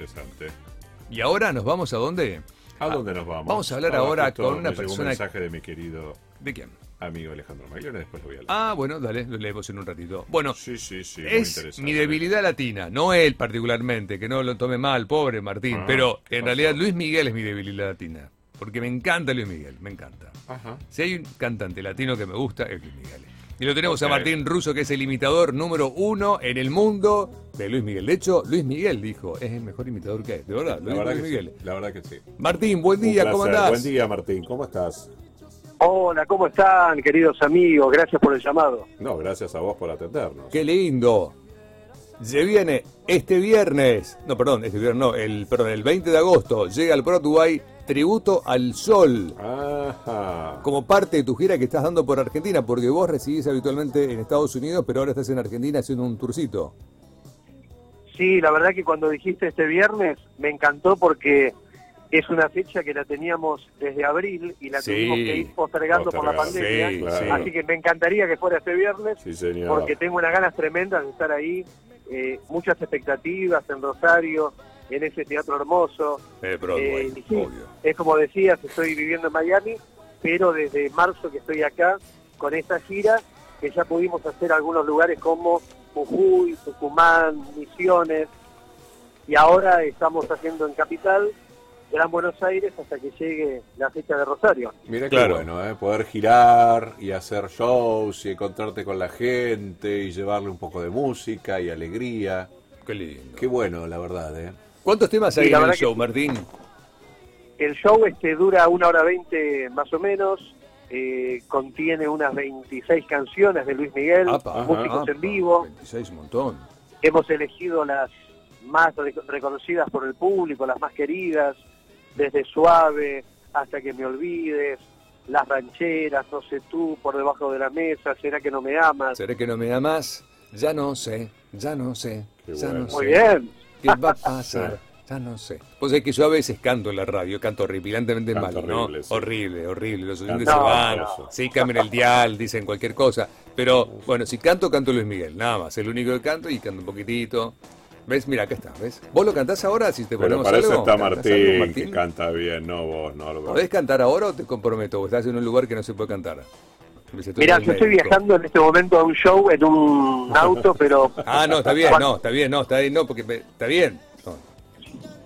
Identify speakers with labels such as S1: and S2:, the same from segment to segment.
S1: Interesante.
S2: Y ahora nos vamos a dónde?
S1: ¿A dónde nos vamos?
S2: Vamos a hablar ahora
S1: justo
S2: con una
S1: me llegó
S2: persona-
S1: un mensaje de mi querido
S2: ¿De quién?
S1: amigo Alejandro Maglione, después lo voy a leer.
S2: Ah, bueno, dale, lo leemos en un ratito. Bueno,
S1: sí, sí, sí, muy
S2: es
S1: interesante.
S2: mi debilidad latina, no él particularmente, que no lo tome mal, pobre Martín,
S1: Ah,
S2: pero
S1: ¿qué pasó?
S2: en realidad Luis Miguel es mi debilidad latina, porque me encanta Luis Miguel, me encanta.
S1: Ajá.
S2: Si hay un cantante latino que me gusta, es Luis Miguel. Y lo tenemos
S1: Ok.
S2: a Martín Russo, que es el imitador número uno en el mundo de Luis Miguel. De hecho, Luis Miguel dijo, es el mejor imitador que hay, de verdad, lo
S1: La
S2: dijo
S1: verdad,
S2: Luis
S1: que
S2: Miguel.
S1: sí, la verdad que sí.
S2: Martín, buen
S1: Un
S2: día, ¿cómo
S1: placer.
S2: andás?
S1: Buen día, Martín. ¿Cómo estás?
S3: Hola, ¿cómo están, queridos amigos? Gracias por el llamado.
S1: No, gracias a vos por atendernos.
S2: Qué lindo. Se viene este viernes, no, perdón, este viernes no, el, perdón, el 20 de agosto llega al Broadway Tributo al Sol,
S1: Ajá.
S2: como parte de tu gira que estás dando por Argentina, porque vos residís habitualmente en Estados Unidos, pero ahora estás en Argentina haciendo un tourcito.
S3: Sí, la verdad que cuando dijiste este viernes me encantó porque es una fecha que la teníamos desde abril y la
S2: Sí.
S3: tuvimos que ir postergando por la
S1: Postergado,
S3: pandemia.
S2: sí,
S1: claro.
S3: Así que me encantaría que fuera este viernes
S1: Sí, señor.
S3: porque tengo unas ganas tremendas de estar ahí. eh, muchas expectativas en Rosario, en ese teatro hermoso. Eh, y sí, Es como decías, estoy viviendo en Miami, pero desde marzo que estoy acá con esta gira, que ya pudimos hacer algunos lugares como Jujuy, Tucumán, Misiones, y ahora estamos haciendo en Capital, Gran Buenos Aires, hasta que llegue la fecha de Rosario.
S1: Mira qué
S2: Claro.
S1: bueno, ¿eh? poder girar y hacer shows y encontrarte con la gente y llevarle un poco de música y alegría.
S2: Qué lindo.
S1: Qué bueno, la verdad, ¿eh?
S2: ¿Cuántos temas hay
S3: Sí, la
S2: en el
S3: verdad que
S2: show,
S3: sí.
S2: Martín?
S3: El show este dura una hora veinte más o menos, eh, contiene unas 26 canciones de Luis Miguel,
S2: Apa,
S3: músicos
S2: apa,
S3: en vivo.
S2: 26, un montón.
S3: Hemos elegido las más re- reconocidas por el público, las más queridas, desde Suave hasta que me olvides, Las Rancheras, No sé tú, Por debajo de la mesa, Será que no me amas.
S2: ¿Será que no me da más? Ya no sé, ya no sé,
S1: Qué
S2: ya
S1: bueno.
S2: no sé.
S3: Muy bien.
S2: ¿Qué va a pasar? Ya no sé. Pues es que yo a veces canto en la radio, canto horripilantemente
S1: Canto
S2: mal, ¿no?
S1: horrible, sí.
S2: Horrible, horrible. Los oyentes
S1: Canto
S2: se van,
S1: horroroso.
S2: sí, cambian el dial, dicen cualquier cosa. Pero bueno, si canto, canto Luis Miguel, nada más. El único que canto y canto un poquitito. ¿Ves? Mira, acá está, ¿ves? ¿Vos lo cantás ahora si te
S1: Pero
S2: ponemos
S1: para eso
S2: algo?
S1: está
S2: ¿Cantás
S1: Martín,
S2: algo,
S1: que canta bien, no vos,
S2: ¿Podés
S1: Norbert.
S2: cantar ahora o te comprometo? ¿O estás en un lugar que no se puede cantar? Me dice,
S3: Mirá,
S2: en el
S3: yo estoy
S2: médico.
S3: viajando en este momento a un show en un auto, pero,
S2: Ah, no, está bien, no, está bien, no, está bien, no, porque me- está bien. No.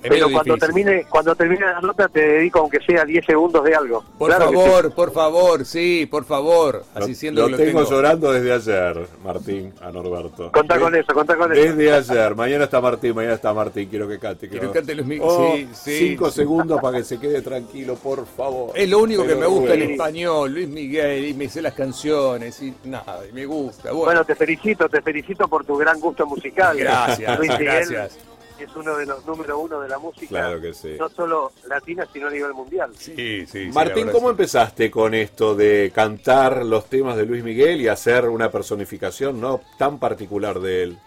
S2: Es medio
S3: pero cuando
S2: difícil.
S3: termine cuando termine la nota te dedico aunque sea 10 segundos de algo.
S2: Por
S3: Claro que
S2: favor, por favor, sí, por favor. Así
S1: Lo-
S2: siendo
S1: lo,
S2: que lo
S1: tengo,
S2: tengo.
S1: llorando desde ayer, Martín, a Norberto.
S3: sí. Contá con eso, contá con eso.
S1: Desde ayer, mañana está Martín, mañana está Martín, quiero que cante.
S2: Quiero que cante Luis Miguel,
S1: Oh,
S2: sí, sí,
S1: Cinco
S2: sí.
S1: segundos para que se quede tranquilo, por favor.
S2: Es lo único
S1: Te
S2: que me gusta en
S1: ruego.
S2: español, Luis Miguel, y me sé las canciones y nada, y me gusta. Bueno,
S3: Bueno, te felicito, te felicito por tu gran gusto musical.
S2: Gracias,
S3: Luis Miguel
S2: gracias.
S3: Es uno de los número uno de la música.
S1: Claro que sí.
S3: No solo latina, sino a nivel mundial.
S2: sí, sí, sí, la
S1: Martín,
S2: verdad
S1: ¿cómo
S2: sí.
S1: empezaste con esto de cantar los temas de Luis Miguel y hacer una personificación no tan particular de él?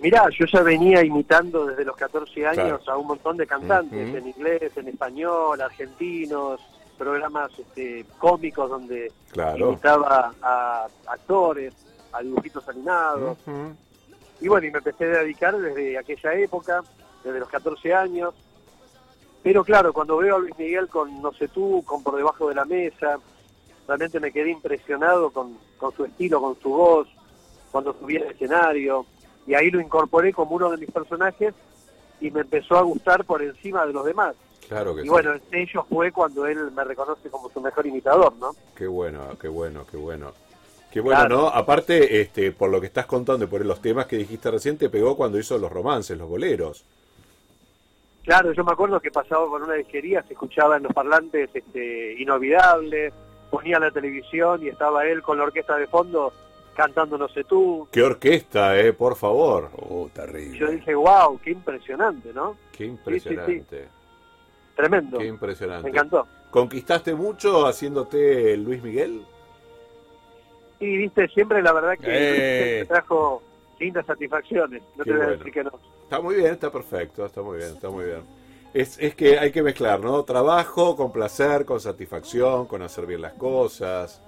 S3: Mirá, yo ya venía imitando desde los 14 años
S1: Claro.
S3: a un montón de cantantes,
S1: Ujú.
S3: en inglés, en español, argentinos, programas este, cómicos donde
S1: Claro.
S3: imitaba a actores, a dibujitos animados. Y bueno, y me empecé a dedicar desde aquella época, desde los 14 años. Pero claro, cuando veo a Luis Miguel con No sé tú, con Por debajo de la mesa, realmente me quedé impresionado con, con su estilo, con su voz, cuando subía al escenario. Y ahí lo incorporé como uno de mis personajes y me empezó a gustar por encima de los demás.
S1: Claro que
S3: Y
S1: sí.
S3: bueno, entre ellos fue cuando él me reconoce como su mejor imitador, ¿no?
S1: Qué bueno, qué bueno, qué bueno. Qué bueno,
S3: Claro.
S1: ¿no? Aparte, este, por lo que estás contando y por los temas que dijiste recién, te pegó cuando hizo los romances, los boleros.
S3: Claro, yo me acuerdo que pasaba por una disquería, se escuchaba en los parlantes este, inolvidable, ponía la televisión y estaba él con la orquesta de fondo cantando No sé tú.
S1: Qué orquesta, eh, por favor.
S2: Oh,
S3: Yo
S2: terrible.
S3: dije, wow, qué impresionante, ¿no?
S1: Qué impresionante,
S3: Tremendo.
S1: qué
S3: Me
S1: impresionante.
S3: encantó.
S1: ¿Conquistaste mucho haciéndote Luis Miguel?
S3: Y viste, siempre la verdad que
S2: Eh.
S3: me trajo lindas satisfacciones. No
S1: Qué
S3: te voy
S1: bueno.
S3: a decir que no.
S1: Está muy bien, está perfecto, está muy bien, está muy bien. Es, es que hay que mezclar, ¿no? Trabajo con placer, con satisfacción, con hacer bien las cosas.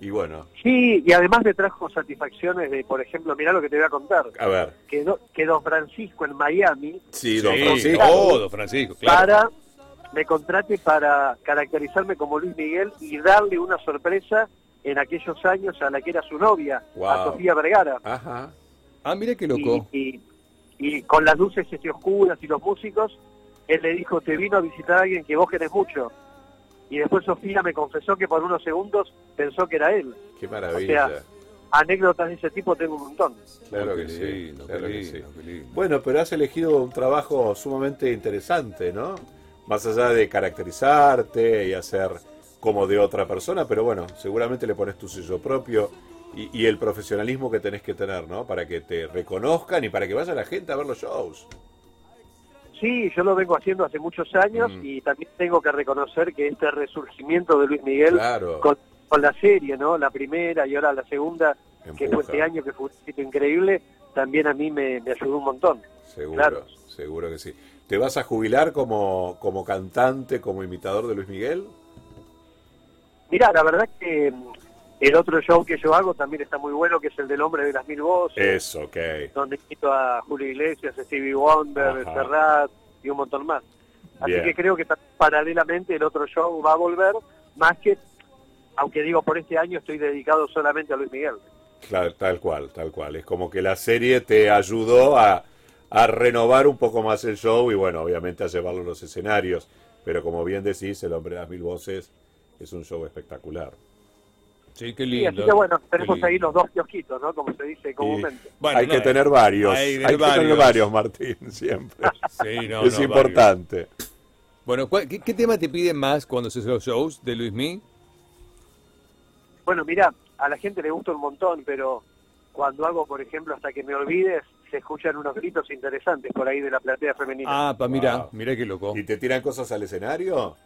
S1: Y bueno,
S3: Sí, y además me trajo satisfacciones de, por ejemplo, mirá lo que te voy a contar,
S1: a ver.
S3: que, do- que Don Francisco en Miami
S1: Sí,
S2: Sí,
S1: don Francisco.
S2: oh, don Francisco, claro.
S3: para me contrate para caracterizarme como Luis Miguel y darle una sorpresa en aquellos años a la que era su novia, a
S1: Wow.
S3: Sofía Vergara.
S1: Ajá.
S2: Ah, mira qué
S3: Y-
S2: loco.
S3: Y, y con las luces este, oscuras y los músicos, él le dijo, te vino a visitar a alguien que vos querés mucho. Y después Sofía me confesó que por unos segundos pensó que era él.
S1: Qué maravilla.
S3: O sea, Anécdotas de ese tipo tengo un montón.
S1: claro
S2: Oh,
S1: que
S2: qué
S1: sí,
S2: lindo,
S1: claro
S2: qué
S1: que
S2: lindo,
S1: sí.
S2: qué lindo.
S1: Bueno, pero has elegido un trabajo sumamente interesante, ¿no? Más allá de caracterizarte y hacer como de otra persona, pero bueno, seguramente le pones tu sello propio y, y el profesionalismo que tenés que tener, ¿no? Para que te reconozcan y para que vaya la gente a ver los shows.
S3: Sí, yo lo vengo haciendo hace muchos años
S1: Mm.
S3: y también tengo que reconocer que este resurgimiento de Luis Miguel
S1: Claro.
S3: con, con la serie, ¿no? La primera y ahora la segunda, que fue
S1: Empuja.
S3: este año, que fue un éxito increíble, también a mí me, me ayudó un montón.
S1: Seguro,
S3: claro.
S1: seguro que sí. ¿Te vas a jubilar como, como cantante, como imitador de Luis Miguel?
S3: Mira, la verdad que mm, el otro show que yo hago también está muy bueno, que es el del Hombre de las Mil Voces,
S1: Eso, ok.
S3: donde quito a Julio Iglesias, a Stevie Wonder,
S1: Ajá.
S3: Serrat y un montón más. Así
S1: Bien.
S3: que creo que ta- paralelamente el otro show va a volver, más que, aunque digo por este año estoy dedicado solamente a Luis Miguel.
S1: Claro, tal cual, tal cual. Es como que la serie te ayudó a, a renovar un poco más el show y bueno, obviamente a llevarlo a los escenarios. Pero como bien decís, El Hombre de las Mil Voces es un show espectacular.
S2: Sí, qué
S3: Y
S2: lindo.
S3: así que bueno, tenemos
S2: qué
S3: ahí
S2: lindo.
S3: los dos kiosquitos, ¿no? Como se dice comúnmente.
S1: Y
S2: Bueno,
S1: hay
S2: no,
S1: que
S2: eh,
S1: tener varios.
S2: hay
S1: Hay,
S2: de
S1: que tener
S2: varios.
S1: varios, Martín, siempre.
S2: Sí, no,
S1: es
S2: no, varios.
S1: importante.
S2: Bueno, ¿cuál- qué, qué tema te piden más cuando haces los shows de Luis Mi?
S3: Bueno, mira, a la gente le gusta un montón, pero cuando hago, por ejemplo, hasta que me olvides, se escuchan unos gritos interesantes por ahí de la platea femenina.
S2: Ah, pa, mira,
S1: Wow.
S2: mira qué loco.
S1: ¿Y te tiran cosas al escenario?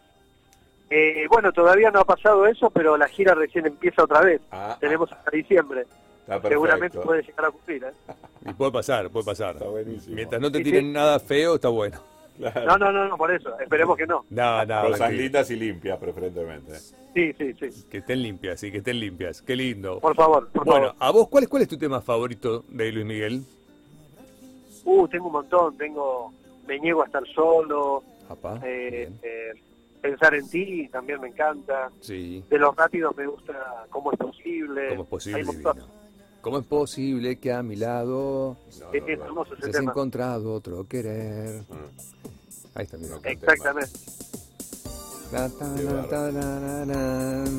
S3: Eh, bueno, todavía no ha pasado eso, pero la gira recién empieza otra vez.
S1: Ah,
S3: Tenemos hasta diciembre.
S1: Está perfecto.
S3: Seguramente puede llegar a ocurrir. ¿eh?
S2: Y puede pasar, puede pasar.
S1: Está buenísimo.
S2: Mientras no te
S3: Sí,
S2: tiren
S3: sí.
S2: nada feo, está bueno.
S1: Claro.
S3: No, no, no, no, por eso. Esperemos que no.
S2: No, no,
S1: Cosas
S2: Ah, tranquilo.
S1: lindas y limpias, preferentemente.
S3: Sí, sí, sí.
S2: que estén limpias, sí, que estén limpias. Qué lindo.
S3: Por favor, por
S2: Bueno,
S3: favor.
S2: a vos, ¿cuál es, ¿cuál es tu tema favorito de Luis Miguel?
S3: Uh, tengo un montón. Tengo Me niego a estar solo.
S2: Apá,
S3: eh,
S2: Ah, bien.
S3: eh, pensar en ti también me encanta.
S2: Sí,
S3: De los rápidos me gusta cómo es posible.
S2: ¿cómo es posible?
S3: Hay un montón.
S2: divino? ¿Cómo es posible que a mi lado
S1: No,
S3: Sí, sí,
S1: no,
S3: es
S1: no.
S3: hermoso ese
S2: se has
S3: tema.
S2: encontrado otro querer?
S1: Mm.
S2: Ahí está, mira.
S3: Exactamente.
S2: Ta, ta,
S1: Qué
S2: na,
S1: bárbaro.
S2: ta, na, na, na.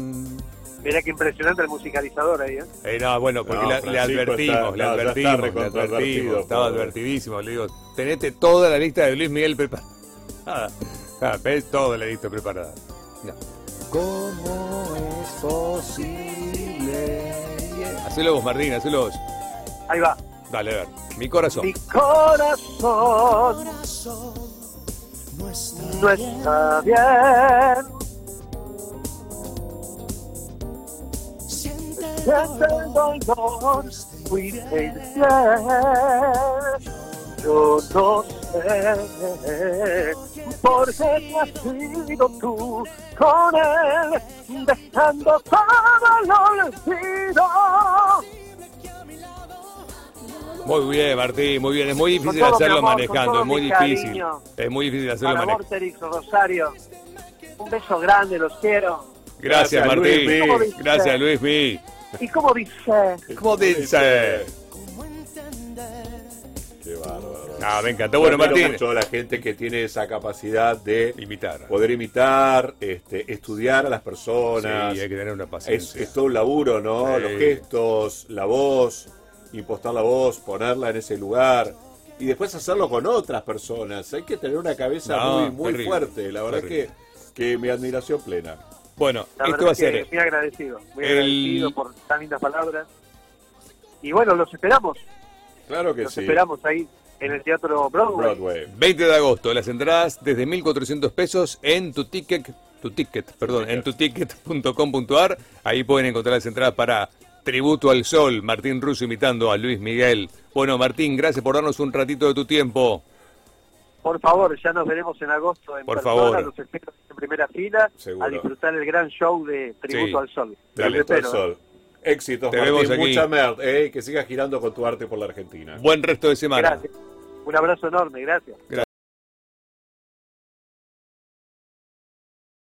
S3: Mirá qué impresionante el musicalizador ahí, ¿eh?
S2: Eh, no, bueno, porque
S1: No,
S2: la- le
S1: Francisco
S2: advertimos,
S1: está-
S2: le
S1: no, ya está
S2: advertimos, le
S1: recontra
S2: advertimos,
S1: advertido,
S2: estaba
S1: pobre.
S2: advertidísimo, le digo, tenete toda la lista de Luis Miguel preparada. Ah, ves, toda la lista preparada. No. ¿Cómo es posible? Hacelo vos, Martín, hacelo vos.
S3: Ahí va.
S2: Dale, a ver. Mi corazón.
S3: Mi corazón no está bien. Siente el dolor, fuiste infiel. Yo no sé por qué no has sido tú con él, dejando todo el olvido.
S2: Muy bien, Martín, muy bien. Es muy difícil
S3: todo mi
S2: hacerlo
S3: amor, con
S2: manejando,
S3: todo
S2: es muy
S3: mi
S2: difícil.
S3: cariño.
S2: Es muy difícil hacerlo
S3: Para
S2: manejando.
S3: Vorterix, Rosario, un beso grande, los quiero.
S2: Gracias,
S1: Gracias,
S2: Martín.
S1: Luis,
S3: ¿Cómo dice?
S2: Gracias, Luis. Mi.
S3: ¿Y cómo dice?
S2: ¿Cómo dice?
S1: Qué bárbaro.
S2: Ah, me encantó. Bueno,
S1: Yo admiro
S2: Martín.
S1: mucho a la gente que tiene esa capacidad de
S2: Imitar.
S1: poder imitar, este, estudiar a las personas.
S2: Sí, hay que tener una
S1: es,
S2: paciencia.
S1: es todo un laburo, ¿no?
S2: Sí.
S1: Los gestos, la voz, impostar la voz, ponerla en ese lugar y después hacerlo con otras personas. Hay que tener una cabeza
S2: No,
S1: muy, muy
S2: terrible,
S1: fuerte. La verdad es que,
S2: terrible.
S1: que mi admiración plena.
S2: Bueno, esto
S3: La verdad
S2: va a
S3: que
S2: ser.
S3: Muy agradecido, muy
S2: el-
S3: agradecido por tan lindas palabras. Y bueno, los esperamos,
S1: Claro que
S3: los
S1: sí.
S3: esperamos ahí en el Teatro Broadway.
S1: Broadway.
S2: 20 de agosto, las entradas desde 1.400 pesos en tu ticket, tu ticket, perdón, en tu ticket.com.ar. Ahí pueden encontrar las entradas para Tributo al Sol, Martín Russo imitando a Luis Miguel. Bueno, Martín, gracias por darnos un ratito de tu tiempo.
S3: Por favor, ya nos veremos en agosto en
S2: Por
S3: persona,
S2: favor.
S3: los espero en primera fila,
S1: Seguro.
S3: a disfrutar el gran show de Tributo
S2: Sí.
S3: al Sol.
S1: Dale,
S3: Los
S1: todo el
S3: espero, ¿eh?
S1: sol. Éxitos,
S2: Te
S1: Martín.
S2: vemos aquí.
S1: Mucha merda. eh, que sigas girando con tu arte por la Argentina.
S2: Buen resto de semana.
S3: Gracias. Un abrazo enorme, gracias.